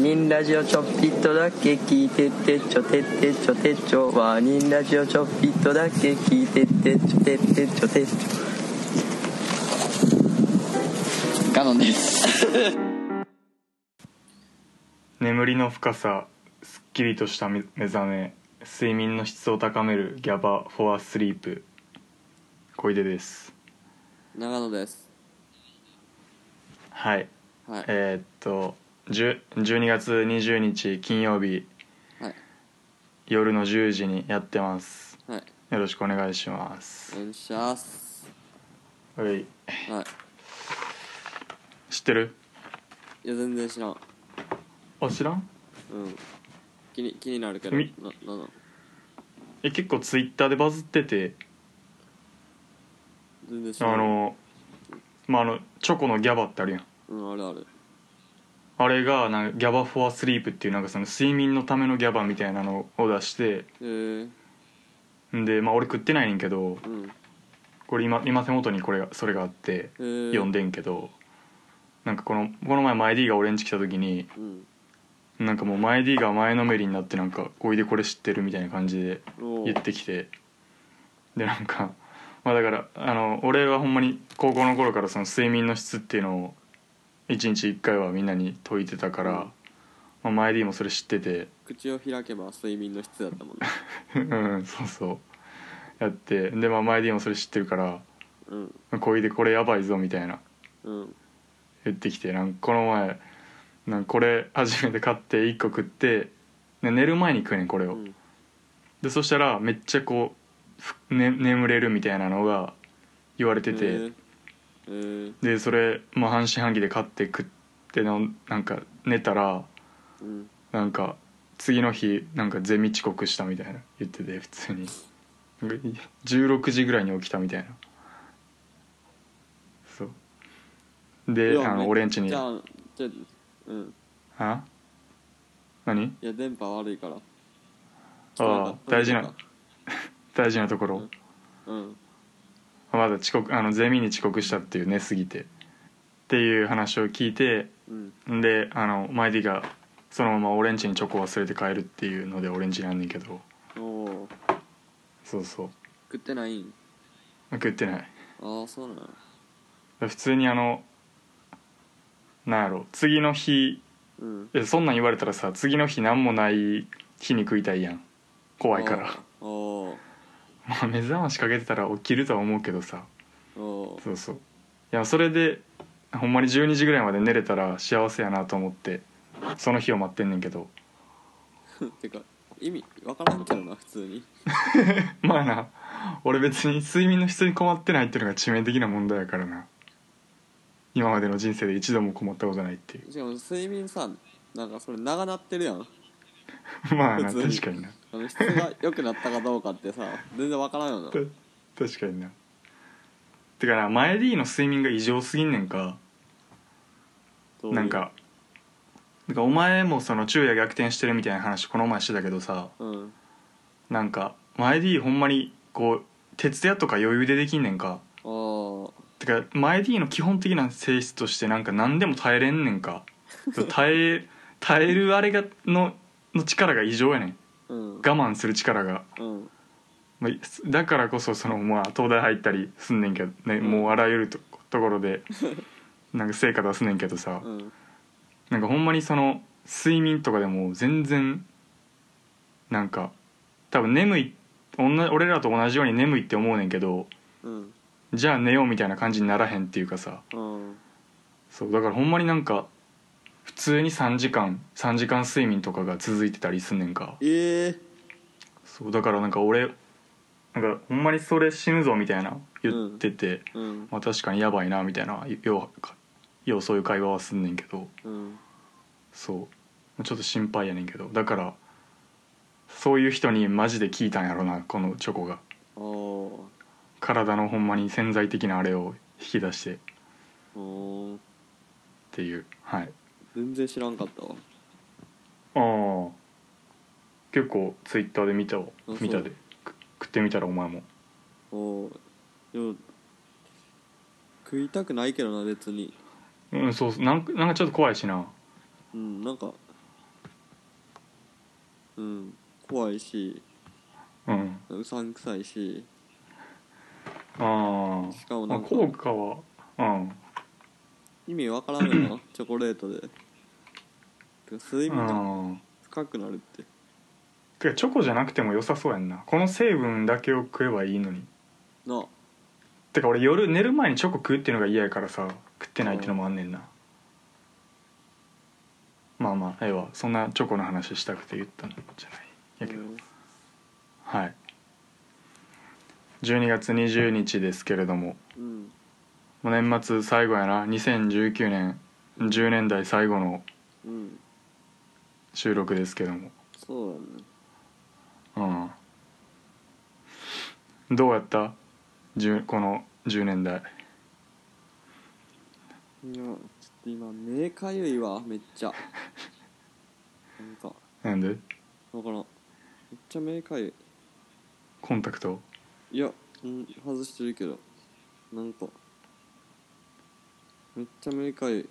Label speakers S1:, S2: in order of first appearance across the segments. S1: ニンラジオちょっぴっとだけ聞いてってちょてってちょてちょワニンラジオちょっぴっとだけ聞いてってちょてってちょてちょ
S2: ガノンです
S3: 眠りの深さすっきりとした目目覚め睡眠の質を高めるギャバフォアスリープ小出です
S2: 長野です
S3: はい
S2: はい
S3: えーっと10 12月20日金曜日
S2: はい
S3: 夜の10時にやってます
S2: はい
S3: よろしくお願いします
S2: よっしゃーす
S3: はい
S2: はい
S3: 知ってる
S2: いや全然知らん
S3: あ知らん
S2: うん気に気になるけど
S3: み
S2: ななの
S3: え結構ツイッターでバズってて
S2: 全然知らん
S3: あのまああのチョコのギャバってあるやん
S2: うんあるある
S3: あれがなんかギャバフォアスリープっていうなんかその睡眠のためのギャバみたいなのを出して
S2: へえー、
S3: んでまあ俺食ってないねんけど
S2: うんへ
S3: これ今今手元にこれがそれがあって
S2: えー、
S3: 読んでんけどなんかこのこの前前 D が俺ん家来た時に
S2: うん
S3: なんかもう前 D が前のめりになってなんか「おいでこれ知ってる」みたいな感じで
S2: おう
S3: 言ってきてでなんかまあだからあの俺はほんまに高校の頃からその睡眠の質っていうのを一日一回はみんなに解いてたから、
S2: うん
S3: まあ、前 D もそれ知ってて
S2: 口を開けば睡眠の質だったもんね
S3: うんそうそうやってでまあ前 D もそれ知ってるから
S2: うん
S3: 「こいでこれやばいぞ」みたいな
S2: うん
S3: 言ってきてなんかこの前なんかこれ初めて買って1個食って、ね、寝る前に食うねんこれ
S2: う
S3: を、
S2: ん
S3: でそしたらめっちゃこうふ、ね、眠れるみたいなのが言われてて、
S2: へえー、
S3: でそれ、まあ、半信半疑で買って食ってのなんか寝たら
S2: うん
S3: なんか次の日なんかゼミ遅刻したみたいな言ってて普通になんか16時ぐらいに起きたみたいなそう
S2: い
S3: で
S2: や
S3: あ
S2: め
S3: の俺んちに
S2: じゃあじゃあうん
S3: あ何
S2: いや電波悪いから
S3: ああ大事
S2: うん
S3: な大事なところ、
S2: うん
S3: まだ遅刻あのゼミに遅刻したっていう寝すぎてっていう話を聞いて
S2: うん
S3: んであのマイディがそのままオレンジにチョコ忘れて帰るっていうのでオレンジにあんねんけど
S2: おお
S3: そうそう
S2: 食ってないん
S3: 食ってない
S2: ああそうなの
S3: 普通にあのなんやろ次の日
S2: うん
S3: えそんなん言われたらさ次の日何もない日に食いたいやん怖いから
S2: おお
S3: まあ目覚ましかけてたら起きるとは思うけどさ
S2: おお
S3: そうそういやそれでほんまに12時ぐらいまで寝れたら幸せやなと思ってその日を待ってんねんけど
S2: てか意味わからんけどな普通に
S3: まあな俺別に睡眠の質に困ってないっていうのが致命的な問題やからな今までの人生で一度も困ったことないってい
S2: しかも睡眠さなんかそれ長なってるやん
S3: う まあな
S2: 普通に
S3: 確かにな
S2: あの質が良くなったかどうかってさ全然わからんよな
S3: た確かになてかな前 D の睡眠が異常すぎんねんか
S2: どういう
S3: なんかなんかお前もその昼夜逆転してるみたいな話この前してたけどさ
S2: うん
S3: なんか前 D ほんまにこう徹夜とか余裕でできんねんか
S2: あー
S3: てか前 D の基本的な性質としてなんか何でも耐えれんねんかそう耐え耐えるあれがのの力が異常やねん
S2: うん
S3: 我慢する力が
S2: うん
S3: まあだからこそそのまあ東大入ったりすんねんけど、ね
S2: ん
S3: もうあらゆるとところでなんか成果出すねんけどさ、
S2: うん
S3: なんかほんまにその睡眠とかでも全然なんか多分眠いおんな俺らと同じように眠いって思うねんけど
S2: うん
S3: じゃあ寝ようみたいな感じにならへんっていうかさ
S2: うん
S3: そうだからほんまになんか普通に3時間3時間睡眠とかが続いてたりすんねんか
S2: ええ
S3: そうだからなんか俺なんかほんまにそれ死ぬぞみたいな言ってて、
S2: うん
S3: まあ確かにやばいなみたいなようかようそういう会話はすんねんけど
S2: うん
S3: そうちょっと心配やねんけどだからそういう人にマジで聞いたんやろなこのチョコが
S2: おお
S3: 体のほんまに潜在的なあれを引き出してっ
S2: ーおー
S3: ていうはい
S2: 全然知らんかったわ
S3: ああ結構ツイッターで見たわ
S2: あそう
S3: 見たでく食ってみたらお前も
S2: おーでも食いたくないけどな別に
S3: うんそうそうなんかなんかちょっと怖いしな
S2: うんなんかうん怖いし
S3: うん
S2: うさんくさいし
S3: あ
S2: しかもな
S3: ー、まあ
S2: んか
S3: 効果はうん
S2: 意味わからん よなチョコレートでてか睡眠が
S3: うん
S2: 深くなるって
S3: てかチョコじゃなくても良さそうやんなこの成分だけを食えばいいのに
S2: なあ
S3: てか俺夜寝る前にチョコ食うっていうのが嫌やからさ食ってないっていうのもあんねんなまあまあええわそんなチョコの話したくて言ったんじゃないやけど
S2: うん
S3: はい12月20日ですけれども
S2: うん
S3: もう年末最後やな2019年10年代最後の
S2: うん
S3: 収録ですけども
S2: そうだね
S3: うんどうやった10この10年代
S2: いやちょっと今目かゆいわめっちゃなんか
S3: なんで
S2: わからんめっちゃ目かゆ
S3: コンタクト
S2: いいや、うん、外してるけどなんかめっちゃ目かゆい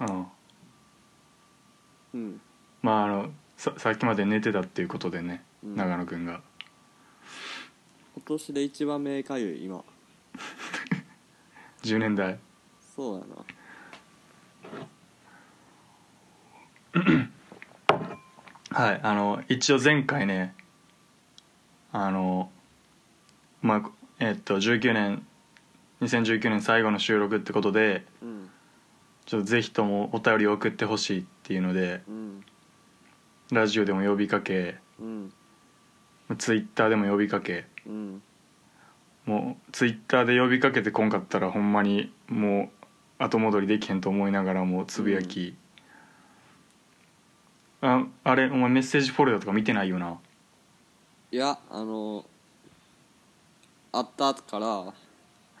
S3: うん
S2: うん
S3: まああのささっきまで寝てたっていうことでね、
S2: うん
S3: 長野くんが
S2: 今年で一番目かゆい今
S3: 10年代
S2: そうやな
S3: はいあの一応前回ねあのまあえっと19年2019年最後の収録ってことで
S2: うん
S3: ちょっとぜひともお便りを送ってほしいっていうので
S2: うん
S3: ラジオでも呼びかけ
S2: うん
S3: ツイッターでも呼びかけ
S2: うん
S3: もうツイッターで呼びかけてこんかったらほんまにもう後戻りできへんと思いながらもつぶやき、ああれお前メッセージフォルダとか見てないよない
S2: やあのあったからま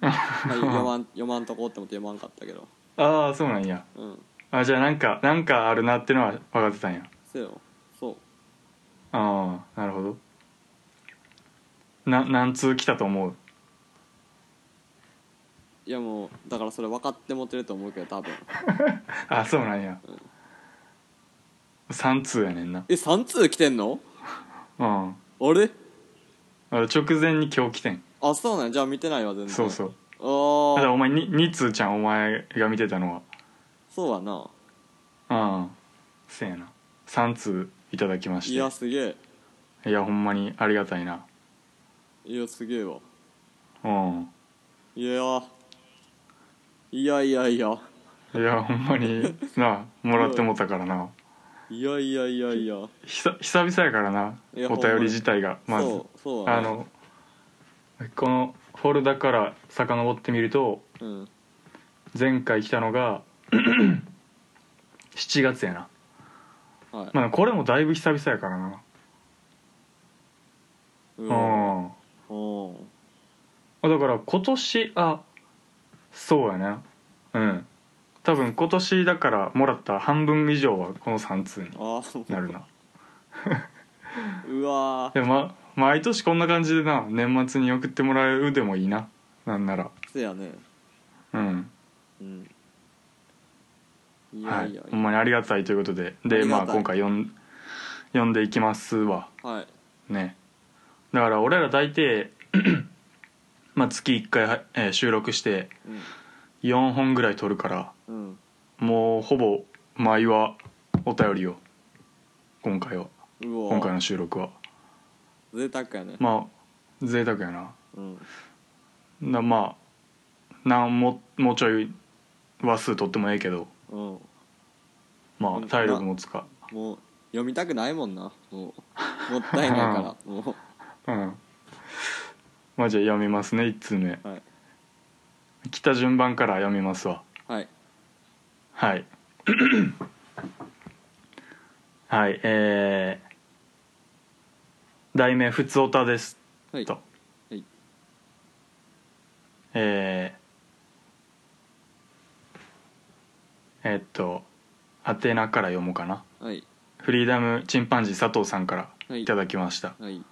S2: あ読まん読まんとこって思って読まんかったけど
S3: ああそうなんや
S2: うん
S3: あじゃあなんかなんかあるなってのは分かってたんや
S2: せよそう
S3: ああなるほどな何通来たと思う
S2: いやもうだからそれ分かって持ってると思うけど多分
S3: あそうなんや、3通やねんな
S2: え三3通来てんの
S3: うん
S2: あれ
S3: あれ直前に今日来てん
S2: あそうなんやじゃあ見てないわ全然
S3: そうそう
S2: あ
S3: ただ
S2: あ
S3: お前に2通ちゃんお前が見てたのは
S2: そうやな
S3: ああせやな3通いただきまして
S2: いやすげえ
S3: いやほんまにありがたいない
S2: やすげえわ
S3: うん
S2: いやいやいやいや
S3: いやほんまになあもらってもたから ない
S2: やいやいやいや
S3: 久久々やからない
S2: や
S3: お
S2: ほんま
S3: 便
S2: に
S3: り自体がまず
S2: そうそうや
S3: あのこのフォルダから遡ってみると
S2: うん
S3: 前回来たのが7月やな、
S2: はい
S3: まあ、これもだいぶ久々やからな
S2: う
S3: うんん
S2: うん
S3: あだから今年あそうやねうん多分今年だからもらった半分以上はこの3通に
S2: あー
S3: なるな
S2: うわ
S3: でま毎年こんな感じでな年末に送ってもらうでもいいななんなら
S2: ーせやね
S3: うん
S2: うんいやいや
S3: はい、
S2: い
S3: ほ
S2: や
S3: んまにありがたいということで
S2: あ
S3: で
S2: りが
S3: ま
S2: た
S3: あ
S2: い
S3: 今回読ん読んでいきますわ
S2: はい
S3: ねだから俺ら大抵 まあ月1回は、えー収録して4本ぐらい撮るから
S2: うんうん
S3: もうほぼ毎はお便りを今回は
S2: うわ
S3: 今回の収録は
S2: 贅沢やね、
S3: まあ贅沢やな
S2: うん
S3: なまあなんももうちょい話数取ってもええけど
S2: うん
S3: ま
S2: う
S3: あ
S2: ん
S3: 体力持つか
S2: もう読みたくないもんなもうもったいないから も
S3: うんまあじゃあ読みますね1通目
S2: うはい
S3: 来た順番から読みますわ
S2: はい
S3: はい はいえー、題名「ふつおた」です
S2: はい
S3: と、
S2: はい
S3: えーえっと宛名から読もうかな
S2: はい
S3: フリーダムチンパンジー佐藤さんか
S2: は
S3: ら
S2: い
S3: いただきました、
S2: はい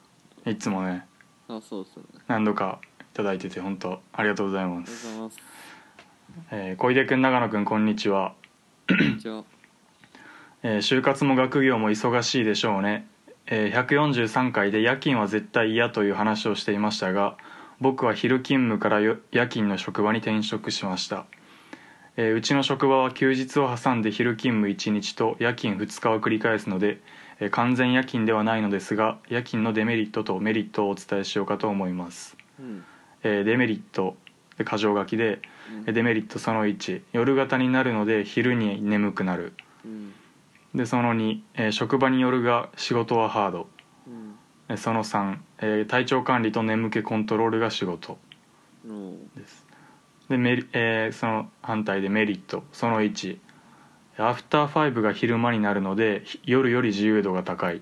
S3: い、つもね
S2: あそうですね
S3: 何度かいただいてて本当ありがとうございま
S2: ありが
S3: す、
S2: とうございます
S3: えー小出君長野君こんにちは
S2: こんにちは
S3: えー就活も学業も忙しいでしょうね、えー143回で夜勤は絶対嫌という話をしていましたが僕は昼勤務からよ夜勤の職場に転職しました、えーうちの職場は休日を挟んで昼勤務1日と夜勤2日を繰り返すので、えー完全夜勤ではないのですが夜勤のデメリットとメリットをお伝えしようかと思います
S2: うん
S3: えーデメリットで箇条書きで、
S2: うん
S3: デメリットその1夜型になるので昼に眠くなる
S2: うん
S3: でその2、えー職場によるが仕事はハード
S2: うん
S3: えーその3、えー体調管理と眠気コントロールが仕事
S2: うん
S3: ですでメリ、えーその反対でメリットその1アフターファイブが昼間になるのでひ夜より自由度が高い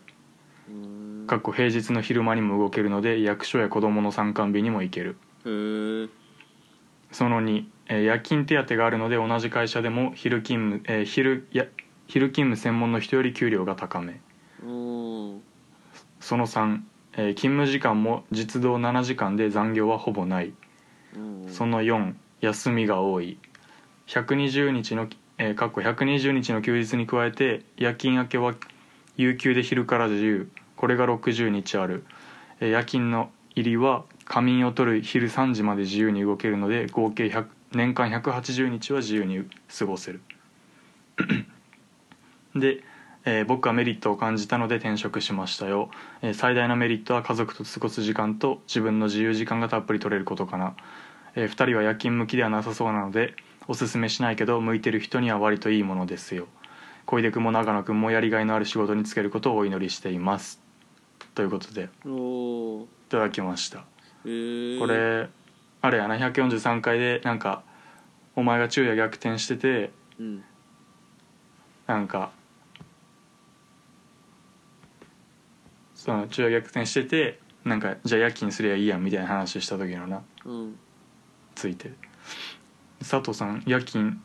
S2: うん
S3: かっこ平日の昼間にも動けるので役所や子どもの参観日にも行ける
S2: へー
S3: その2、えー夜勤手当があるので同じ会社でも昼勤務、えー昼や昼勤務専門の人より給料が高め
S2: うん
S3: その3、えー勤務時間も実働7時間で残業はほぼない
S2: うん
S3: その4休みが多い120日の、えー、かっこ120日の休日に加えて夜勤明けは有給で昼から自由これが60日ある、えー夜勤の入りは仮眠を取る昼3時まで自由に動けるので合計100年間180日は自由に過ごせる で、えー僕はメリットを感じたので転職しましたよ、えー最大のメリットは家族と過ごす時間と自分の自由時間がたっぷり取れることかなえ2人は夜勤向きではなさそうなのでおすすめしないけど向いてる人には割といいものですよ小出君も長野君もやりがいのある仕事に就けることをお祈りしていますということでい
S2: おー
S3: ただきました
S2: へー
S3: これあれやな143回でなんかお前が昼夜逆転してて
S2: うん
S3: なんかその昼夜逆転しててなんかじゃあ夜勤すりゃいいやんみたいな話した時のな
S2: うん
S3: ついて佐藤さん夜勤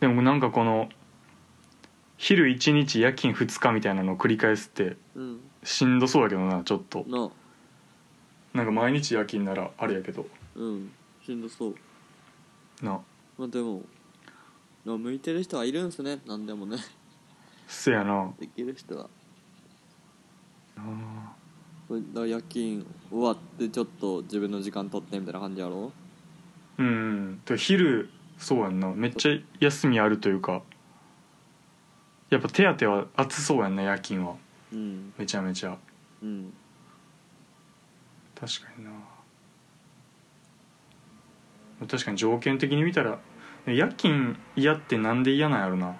S3: でもなんかこの昼1日夜勤2日みたいなのを繰り返すって
S2: うん
S3: しんどそうだけどなちょっと
S2: なあ
S3: なんか毎日夜勤ならあれやけど
S2: うんしんどそう
S3: な
S2: まあでもまあ向いてる人はいるんすね何でもね
S3: せやな
S2: できる人は
S3: あ
S2: これだから夜勤終わってちょっと自分の時間取ってみたいな感じやろ
S3: ーうんで昼そうやんなめっちゃ休みあるというかやっぱ手当は熱そうやんな夜勤は
S2: うん
S3: めちゃめちゃ
S2: うん
S3: 確かにな確かに条件的に見たら夜勤嫌ってなんで嫌なんやろな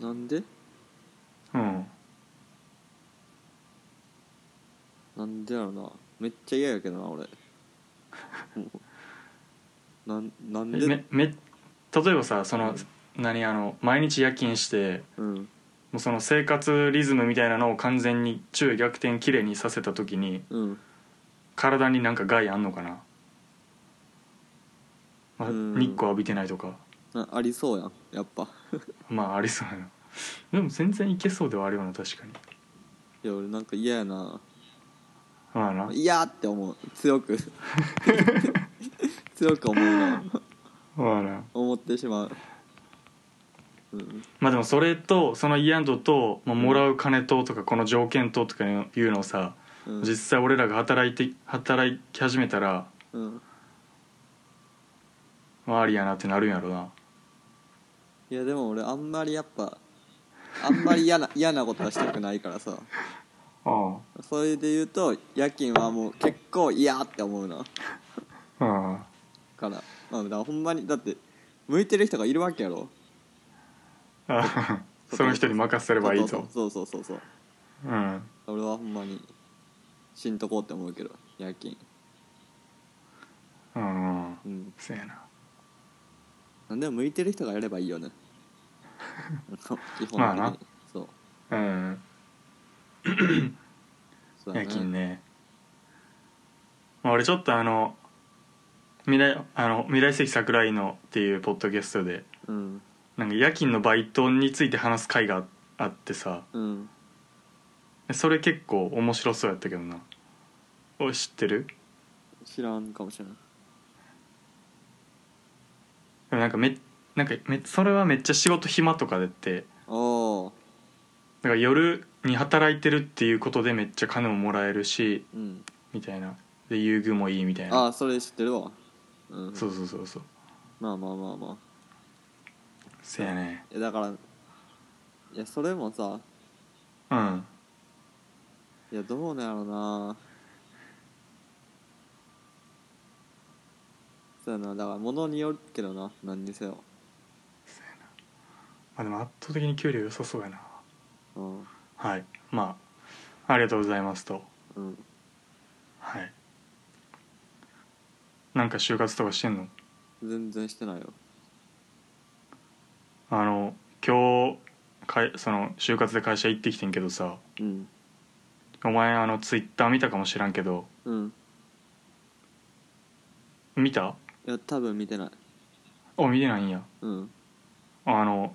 S2: なんで
S3: うん
S2: なんでやろなめっちゃ嫌やけどな俺 もうなんなんで
S3: めめ例えばさその、何あの毎日夜勤して
S2: うん
S3: もうその生活リズムみたいなのを完全に昼夜逆転きれいにさせた時に
S2: うん
S3: 体になんか害あんのかな、まあ、
S2: うん
S3: 日光浴びてないとか
S2: なありそうやんやっぱ
S3: まあありそうやなでも全然いけそうではあるような確かに
S2: いや俺なんか嫌やな
S3: まあな
S2: 嫌って思う強く 強く思うな
S3: まあな
S2: 思ってしまううん
S3: まあでもそれとその嫌度と、まあ、もらう金ととかこの条件ととかいうのをさ、
S2: うん
S3: 実際俺らが働いて働き始めたら、
S2: うん
S3: まあ、ありやなってなるんやろない
S2: やでも俺あんまりやっぱあんまり嫌な嫌なことはしたくないからさ
S3: あ
S2: それで言うと夜勤はもう結構嫌って思うな
S3: ああ
S2: からまあだからほんまにだって向いてる人がいるわけやろ
S3: あその人に任せればいいと
S2: そうそうそうそうそう
S3: うん
S2: 俺はほんまにしんとこうって思うけど夜勤
S3: うんうん
S2: うん
S3: そうやな
S2: なんでも向いてる人がやればいいよ ね基本的に、
S3: まあな
S2: そう
S3: うん
S2: そうだ
S3: 夜勤ね、まあ、俺ちょっとあの未来あの未来世紀桜井のっていうポッドキャストで
S2: うん
S3: なんか夜勤のバイトについて話す回があってさ
S2: うん
S3: それ結構面白そうやったけどなおい知ってる
S2: 知らんかもしれない
S3: でもなんかめなんかめそれはめっちゃ仕事暇とかでって
S2: おお
S3: だから夜に働いてるっていうことでめっちゃ金ももらえるし
S2: うん
S3: みたいなで優遇もいいみたい
S2: あ
S3: な
S2: あそれ知ってるわうん
S3: そうそうそうそう
S2: まあまあまあまあ
S3: せやね
S2: えだからいやそれもさ
S3: うん
S2: いやどうなんやろなそうやなだから物によるけどな何にせよ
S3: まあでも圧倒的に給料良さそうやな
S2: うん
S3: はいまあありがとうございますと
S2: うん
S3: はいなんか就活とかしてんの
S2: 全然してないよ
S3: あの今日かいその就活で会社行ってきてんけどさ
S2: うん
S3: お前あのツイッター見たかもしらんけど
S2: うん
S3: 見た
S2: いや多分見てない
S3: あ見てないんや
S2: うん
S3: あの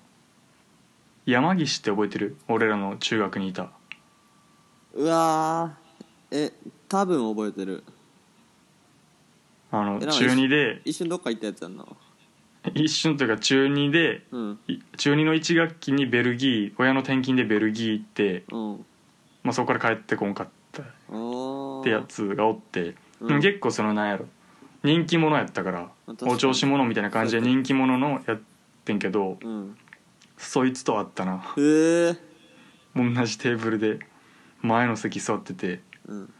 S3: 山岸って覚えてる俺らの中学にいた
S2: うわーえ多分覚えてる
S3: あ
S2: えな
S3: の
S2: んか
S3: 中2で
S2: 一瞬どっか行ったやつやんな
S3: 一瞬というか中2で
S2: うん
S3: い中2の1学期にベルギー親の転勤でベルギー行って、
S2: うん
S3: まあ、そこから帰ってこんかったっ
S2: おー
S3: てやつがおって、
S2: うん
S3: でも結構そのなんやろ人気者やったから
S2: まあ確かに
S3: お調子者みたいな感じで人気者のやってんけど
S2: うん
S3: そいつと会ったな
S2: へえ
S3: 同じテーブルで前の席座ってて
S2: うん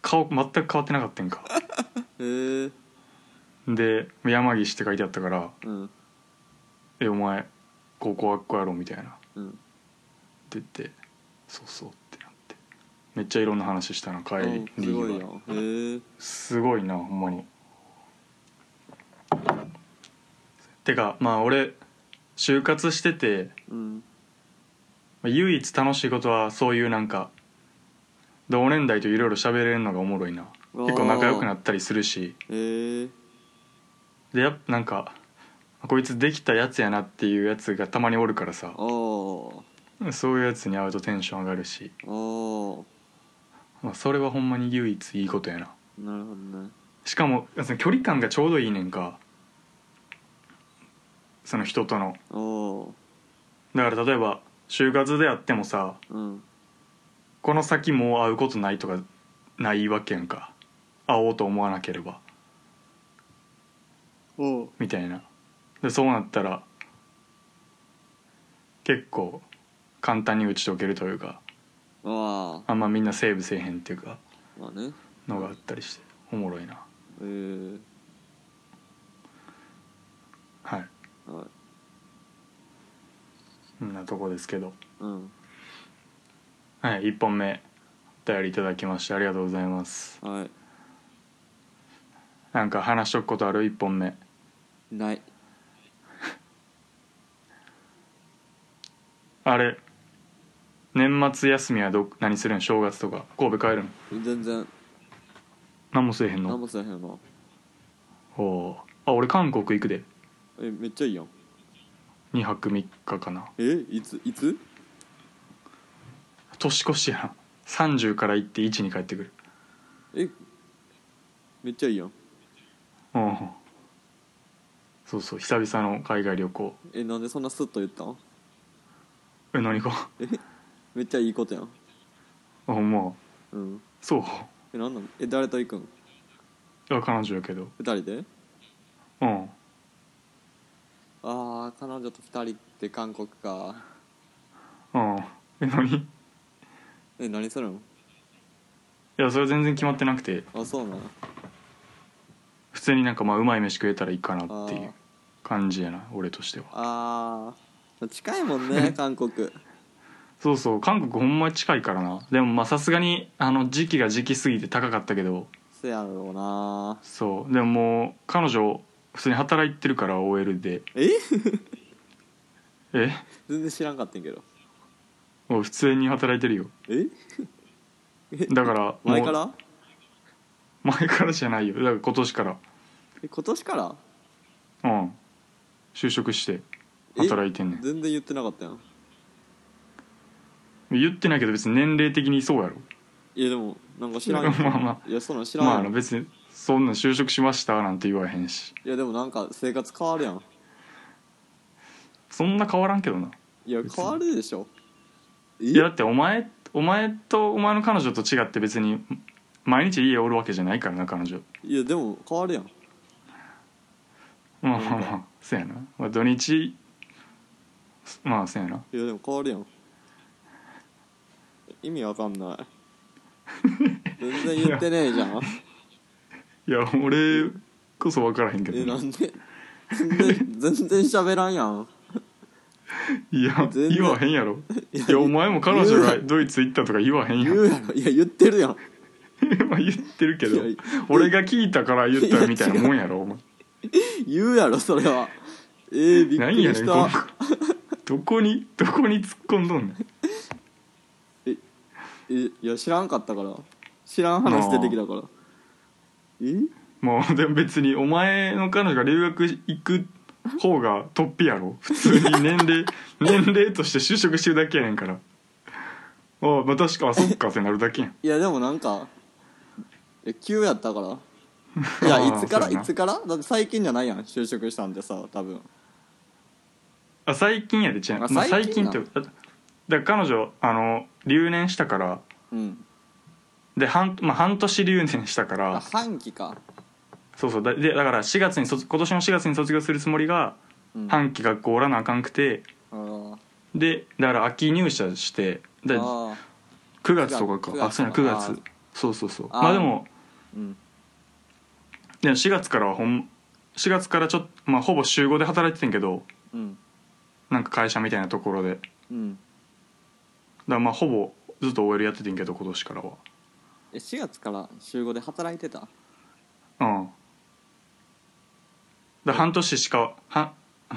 S3: 顔全く変わってなかったんか
S2: へえ
S3: で山岸って書いてあったから
S2: うん
S3: 「えお前高校学校やろ」みたいなって
S2: うん
S3: 言って「そうそう」ってなってめっちゃいろんな話したな帰
S2: お
S3: り
S2: すごい
S3: 理由は
S2: よへえ
S3: すごいなほんまにてかまあ俺就活してて
S2: うん
S3: まあ唯一楽しいことはそういうなんか同年代といろいろ喋れるのがおもろいな結構仲良くな
S2: っ
S3: ったりするし
S2: へえ
S3: でやっぱなんかこいつできたやつやなっていうやつがたまにおるからさ
S2: おー
S3: そういうやつに会うとテンション上がるし、
S2: お
S3: まあ、それはほんまに唯一いいことやな
S2: ーなるほどね
S3: しかもその距離感がちょうどいいねんかその人との
S2: おお
S3: だから例えば就活であってもさ
S2: ーうん
S3: この先もう会うことないとかないわけやんか会おうと思わなければ
S2: おお
S3: みたいなでそうなったら結構簡単に打ち解けるというか
S2: あ
S3: あんまみんなセーブせえへんっていうか
S2: あまあね
S3: のがあったりしておもろいな
S2: へえ
S3: はい
S2: はい
S3: そんなとこですけど
S2: うん
S3: はい1本目お便りいただきましてありがとうございます
S2: はい
S3: なんか話しとくことある1本目
S2: ない
S3: あれ年末休みはど何するん正月とか神戸帰るの
S2: 全然
S3: 何もせえへん
S2: 何
S3: の
S2: もせえへんな
S3: おおーあ俺韓国行くで
S2: えめっちゃいいやん
S3: 2泊3日かな
S2: えいついつ
S3: 年越しやな30から行って1に帰ってくる
S2: えめっちゃいいやん
S3: うんそうそう久々の海外旅行
S2: えなんでそんなスッと言ったん
S3: え何か
S2: えめっちゃいいことやん
S3: あほんま
S2: うん
S3: そう
S2: えなんなんえ誰と行くん
S3: いや彼女やけど
S2: 二人で
S3: うん
S2: ああ彼女と二人って韓国か
S3: うんえ何 い
S2: え何するん
S3: やそれは全然決まってなくて
S2: あそうなん
S3: 普通になんかまあうまい飯食えたらいいかなってい
S2: あー
S3: う感じやな俺としては
S2: あー近いもん ね韓国
S3: そうそう韓国ほんま近いからなでもまあさすがにあの時期が時期すぎて高かったけど
S2: せやろうな
S3: そうでももう彼女普通に働いてるから OL で
S2: え
S3: え
S2: 全然知らんかったんやけど
S3: もう普通に働いてるよ
S2: え
S3: だからもう
S2: 前から
S3: 前からじゃないよだから今年から
S2: え今年から
S3: うん就職して
S2: え
S3: 働いてんねん
S2: 全然言ってなかったやん
S3: 言ってないけど別に年齢的にそうやろ
S2: いやでもなんか知らん
S3: まあま
S2: いやそんなん知らん
S3: まあ
S2: や
S3: あ
S2: ん
S3: の別にそんな就職しましたなんて言わへんし
S2: いやでもなんか生活変わるやん
S3: そんな変わらんけどない
S2: や
S3: 別に
S2: 変わるでしょ
S3: いやだってお前お前とお前の彼女と違って別に毎日家おるわけじゃないからな彼女
S2: いやでも変わるやん
S3: まあまあまあそうやな、まあ、土日まあそうやない
S2: やでも変わるやん意味わかん ない全然言ってねえじゃん
S3: いや俺こそ分からへんけ
S2: え
S3: ど
S2: な
S3: なん
S2: で全然全然喋らんやん
S3: いや
S2: 全然
S3: 言わへん やろいやお前も彼女がドイツ行ったとか言わへんや
S2: 言
S3: ん
S2: うやろいや言ってるやん
S3: まあ言ってるけど
S2: いや
S3: 俺が聞いたから言ったみたいなもんやろお前
S2: 言うやろそれはえー、びっく
S3: 何や
S2: り
S3: ね
S2: し
S3: ん
S2: た
S3: このどこにどこに突っ込んどんねん
S2: えいや知らんかったから知らん話出てきたからえ
S3: もうで も別にお前の彼女が留学行く方が突飛やろ普通に年 齢年齢として就職してるだけやねんからああまあ確かあそっかってなるだけやん
S2: いやでもなんかえ急やったからいやいつか
S3: あ
S2: ら
S3: ーそうや
S2: い
S3: な
S2: つからだって最近じゃないやん就職したんでさ多分
S3: あ最近やでちなみに
S2: あ
S3: まあ最
S2: 最近
S3: 近
S2: な
S3: ってだだから彼女あの留年したから
S2: うん
S3: で半,、まあ、半年留年したか
S2: あ
S3: ら
S2: 半期か
S3: そうそうだでだから4月に卒今年の4月に卒業するつもりが
S2: うんあ
S3: 半期学校おらなあかんくて
S2: ー
S3: でだから秋入社してだ9
S2: あー
S3: 月とか
S2: 九月
S3: かあそうやな9
S2: あ
S3: 月
S2: ー
S3: そうそうそう
S2: あー
S3: まあでも
S2: うん
S3: でも4月からはほん4月からちょっと、まあ、ほぼ週5で働いててんけど
S2: うん
S3: なんか会社みたいなところでだか
S2: うん
S3: らまあほぼずっと OL やっててんけど今年からは
S2: え4月から週5で働いてた
S3: うんだから半年しかは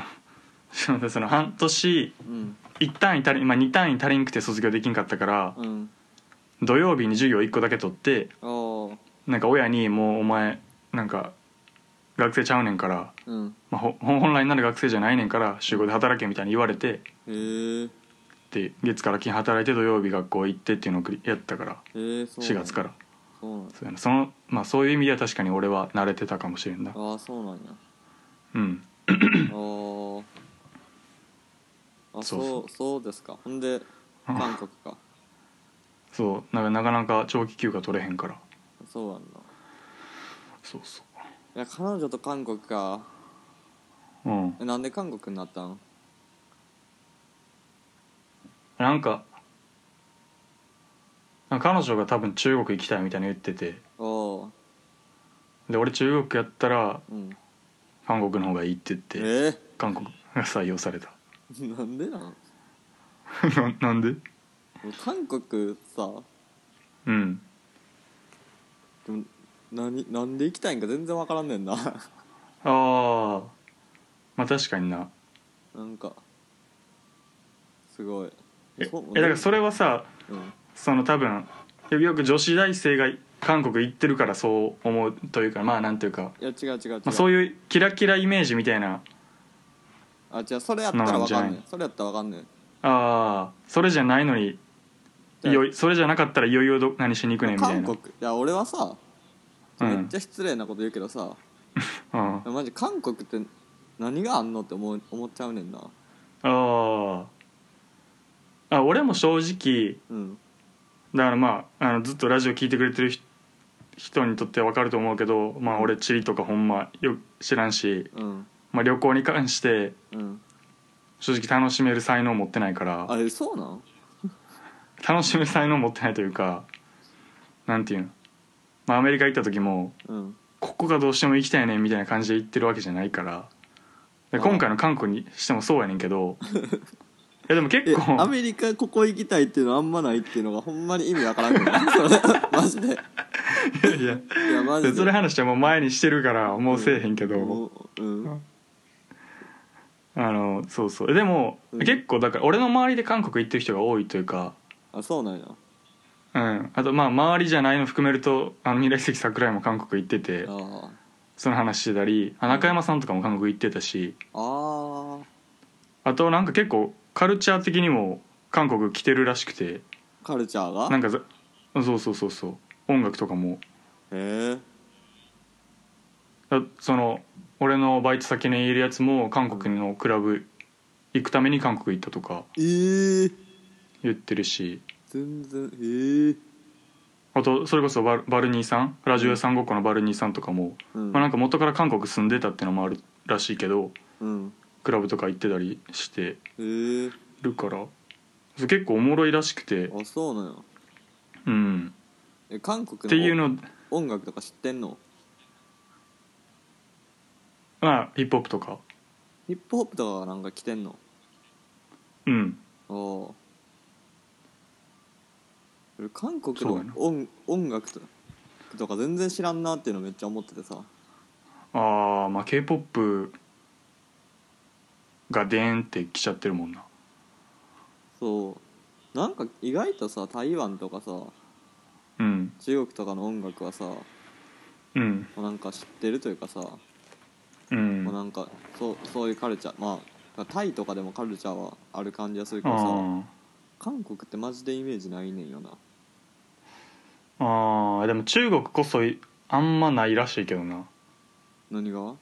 S3: すいませんその半年
S2: うん
S3: 1単位足りん、まあ、2単位足りんくて卒業できんかったから
S2: うん
S3: 土曜日に授業1個だけ取って
S2: おー
S3: なんか親に「もうお前なんか学生ちゃうねんから、
S2: うん
S3: まあ、ほ本来なる学生じゃないねんから週5で働け」みたいに言われて
S2: へえ
S3: で月から金働いて土曜日学校行ってっていうのを繰りやったから
S2: へえそう
S3: 4月からら
S2: そうなんや
S3: そうやなその、まあ、そういう意味では確かに俺は慣れてたかもしれんな
S2: ああそう なんや
S3: うん
S2: あああ
S3: そうそ
S2: そううそうですかほんで韓国か
S3: そうなんかなかなか長期休暇取れへんから
S2: そうなんだ
S3: そうそう
S2: いや彼女と韓国か
S3: うん
S2: えなんで韓国になったん
S3: なんかなんか彼女が多分中国行きたいみたいに言ってて
S2: おー
S3: で俺中国やったら
S2: うん
S3: 韓国の方がいいって言
S2: え
S3: って韓国が採用された
S2: ー なんでなん
S3: ななんで
S2: 韓国さ
S3: うん
S2: でも何なんで行きたいんか全然わからんねんな
S3: ああまあ確かにな
S2: なんかすごい
S3: え
S2: そう
S3: えだからそれはさ
S2: うん
S3: その多分よく女子大生が韓国行ってるからそう思うというかまあなんというか、
S2: いや違う違う違う、
S3: まあ、そう
S2: いう
S3: いうキラキライメージみたいな
S2: あ違うそれやったらわか
S3: なん
S2: ん
S3: じゃ
S2: ね
S3: なん
S2: それやったらわかんねん
S3: ああそれじゃないのにいよいそれじゃなかったらいよいよど何しに行くねんみたい
S2: 韓
S3: な
S2: 国いや俺はさ
S3: う
S2: めっ
S3: ん
S2: ちゃ失礼なこと言うけどさ、
S3: うん、あ
S2: マジ韓国って何があんのって思う思っちゃうねんな
S3: ーあ俺も正直
S2: うん
S3: だからまああのずっとラジオ聞いてくれてる人人にとっては分かると思うけど、まあ、俺チリとかほんまよ知らんし、
S2: うん
S3: まあ、旅行に関して
S2: うん
S3: 正直楽しめる才能持ってないから
S2: あれそうなん
S3: 楽しむ才能持ってないというかなんていうの、まあ、アメリカ行った時も
S2: うん
S3: ここがどうしても行きたいねんみたいな感じで行ってるわけじゃないからで
S2: ああ
S3: 今回の韓国にしてもそうやねんけ どいやでも
S2: え
S3: 結構
S2: アメリカここ行きたいっていうのあんまないっていうのがほんまに意味わからんけど それマジでい
S3: いや
S2: やマジ
S3: で
S2: で
S3: それ話はもう前にしてるからもうせえへんけど、
S2: もううん
S3: あのそうそうでも、
S2: うん
S3: 結構だから俺の周りで韓国行ってる人が多いというか
S2: あそうなんや
S3: うんあとまあ周りじゃないの含めるとあの未来関桜井も韓国行ってて
S2: あ
S3: その話してたりあ中山さんとかも韓国行ってたし
S2: ああー
S3: あとなんか結構カルチャー的にも韓国来てるらしくて
S2: カルチャーが
S3: なんかざそうそうそうそう音楽とかも
S2: へえ
S3: だその俺のバイト先にいるやつも韓国のクラブ行くために韓国行ったとか
S2: えー、
S3: 言ってるし
S2: 全然えー、
S3: あとそれこそバルバルニーさんラジオ屋さんごっこのバルニーさんとかも、
S2: うん
S3: まあ、なんか元から韓国住んでたってのもあるらしいけど
S2: うん
S3: クラブとか行ってたりして
S2: えー、
S3: るからそう結構おもろいらしくて
S2: あそうなんや
S3: うん
S2: え韓
S3: っ
S2: 国
S3: ていう
S2: の
S3: の
S2: 音楽とか知ってんの
S3: まあヒップホップとか
S2: ヒップホップとかがなんか来てんの
S3: うん
S2: お俺韓国
S3: そう
S2: の
S3: やな
S2: 音音楽ととか全然知らんなっていうのめっちゃ思っててさ
S3: ああまあ k p o p がでーんって来ちゃってるもんな
S2: そうなんか意外とさ台湾とかさ
S3: うん
S2: 中国とかの音楽はさも
S3: うん
S2: うなんか知ってるというかさ、も
S3: う
S2: うんなんかそうそういうカルチャーまあタイとかでもカルチャーはある感じはするけどさ
S3: あ
S2: 韓国ってマジでイメージないねんよな
S3: ーあーでも中国こそいあんまないらしいけどな
S2: 何が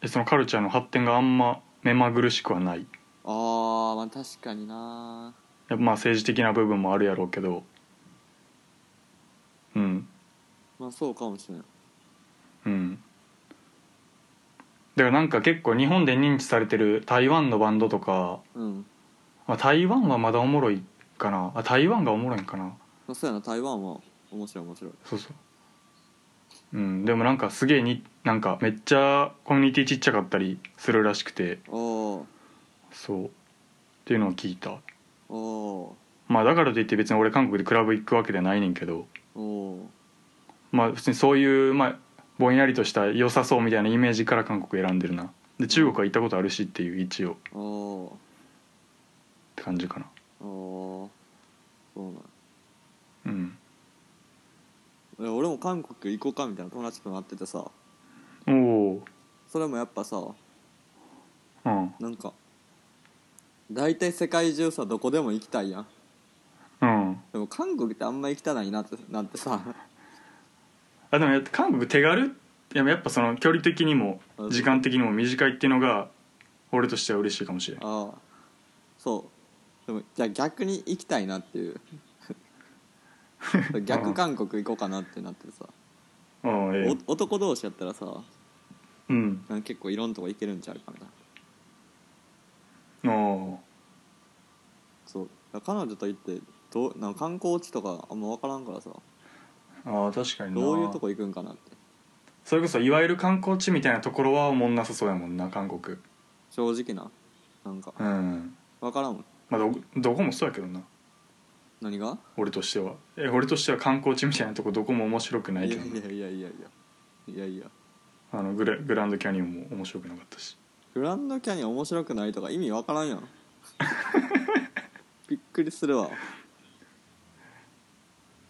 S3: えそのカルチャーの発展があんま目まぐるしくはない
S2: あーまあ確かにな
S3: やっぱまあ政治的な部分もあるやろうけどうん
S2: まあそうかもしれん
S3: うんだからなんか結構日本で認知されてる台湾のバンドとか、
S2: うん
S3: まあ、台湾はまだおもろいかなあ台湾がおもろいんかな
S2: まあそうやな台湾は面白い面白い
S3: そうそううんでもなんかすげえになんかめっちゃコミュニティちっちゃかったりするらしくて
S2: おー
S3: そうっていうのを聞いた
S2: お
S3: まあだからといって別に俺韓国でクラブ行くわけではないねんけど
S2: ーおー
S3: まあ普通にそういう、まあ、ぼんやりとした良さそうみたいなイメージから韓国選んでるなで中国は行ったことあるしっていう一応っ
S2: お
S3: て感じかな
S2: ーおーそうなん
S3: うん
S2: いや俺も韓国行こうかみたいな友達となっててさ
S3: おお
S2: それもやっぱさ
S3: うん
S2: なんか大体世界中さどこでも行きたいやん
S3: うん
S2: でも韓国ってあんま行きたないなってなってさ
S3: あでもやっぱ韓国手軽でもやっぱその距離的にも
S2: うん
S3: 時間的にも短いっていうのが俺としては嬉しいかもしれない
S2: ああそうでもじゃあ逆に行きたいなっていう逆韓国行こうかなってなってさ
S3: うんええ
S2: お男同士やったらさ
S3: うん
S2: なんか結構いろんなとこ行けるんちゃうかみたいな
S3: あ
S2: そうだから彼女と行ってどうなんか観光地とかあんま分からんからさ
S3: ああ確かにな
S2: どういうとこ行くんかなって
S3: それこそいわゆる観光地みたいなところはおもんなさそうやもんな韓国
S2: 正直ななんか
S3: うん
S2: 分からんもん
S3: まあどどこもそうやけどな
S2: 何が
S3: 俺としてはえ俺としては観光地みたいなとこどこも面白くない
S2: い
S3: け
S2: や
S3: ど
S2: い
S3: な
S2: やいやいやいやいやいや
S3: あのグラグランドキャニオンも面白くなかったし
S2: グランドキャニオン面白くないとか意味分からんや んびっくりするわ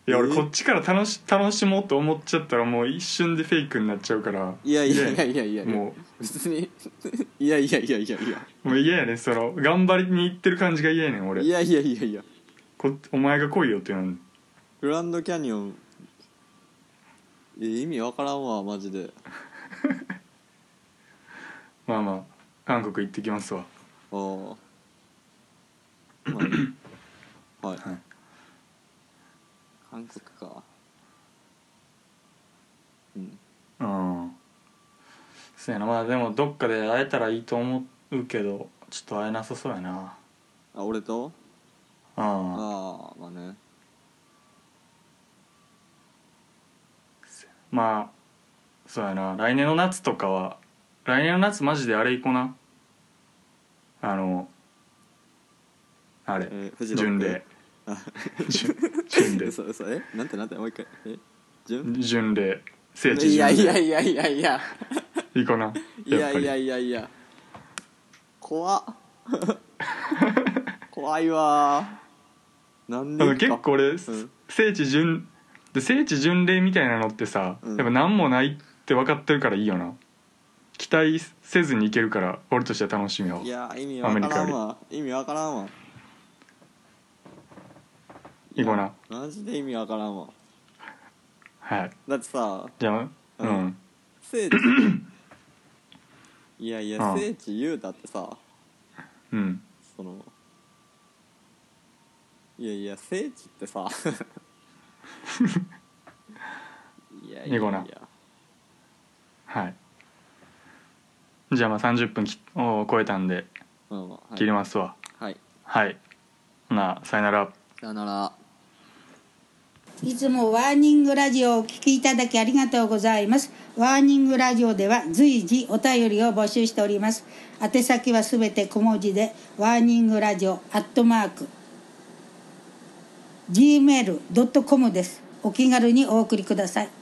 S3: いや俺
S2: え
S3: こっちから楽し楽しもうと思っちゃったらもう一瞬でフェイクになっちゃうから
S2: いやいやいや
S3: 嫌
S2: いやいやいや
S3: も
S2: 別に いやいやいやいやいや
S3: うもう嫌やねんその頑張りに行ってる感じが嫌やねん俺
S2: いやいやいやいや
S3: こお前が来いよってなる
S2: グランドキャニオンいや意味分からんわマジで
S3: まあまあ韓国行ってきますわ
S2: ああ まあはい、
S3: はい
S2: 韓国かうん
S3: うんそうやなまあでもどっかで会えたらいいと思うけどちょっと会えなさそうやな
S2: あ俺と
S3: ああ
S2: ああまあね
S3: まあそうやな来年の夏とかは来年の夏マジであれ行こうなあのあれ
S2: えー、藤
S3: 巡礼
S2: あ
S3: 巡巡礼
S2: 嘘嘘えなんてなんてもう一回え順
S3: 巡礼聖地巡礼
S2: いやいやいやいやいや
S3: 行こうなやっ
S2: いや
S3: ぱ
S2: い
S3: り
S2: やいやいや 怖っ怖いわーなん
S3: あ
S2: で
S3: の結構俺、聖地巡で聖地巡礼みたいなのってさ、
S2: うん
S3: やっぱ何もないって分かってるからいいよな期待せずにいけるから俺としては楽しみを
S2: いやー意味
S3: アメ
S2: わ
S3: リ
S2: か
S3: カ
S2: ら
S3: より
S2: んわ意味わからんわ
S3: 行こうな
S2: マジで意味わからんわ
S3: はい
S2: だってさ
S3: じゃあ
S2: う
S3: うん、
S2: ん 聖地いやいや
S3: うん
S2: 聖地言うたってさ
S3: うん
S2: そのいやいや聖地って さいやいや
S3: ニ
S2: い
S3: コな
S2: や
S3: はいじゃあまあ30分きを超えたんで
S2: まあまあは
S3: 切り
S2: い、
S3: ますわ
S2: はい、
S3: はい、ほなさよなら
S2: さよなら
S4: いつもワーニングラジオをお聞きいただきありがとうございます。ワーニングラジオでは随時お便りを募集しております。宛先はすべて小文字で、ワーニングラジオアットマーク、gmail.com です。お気軽にお送りください。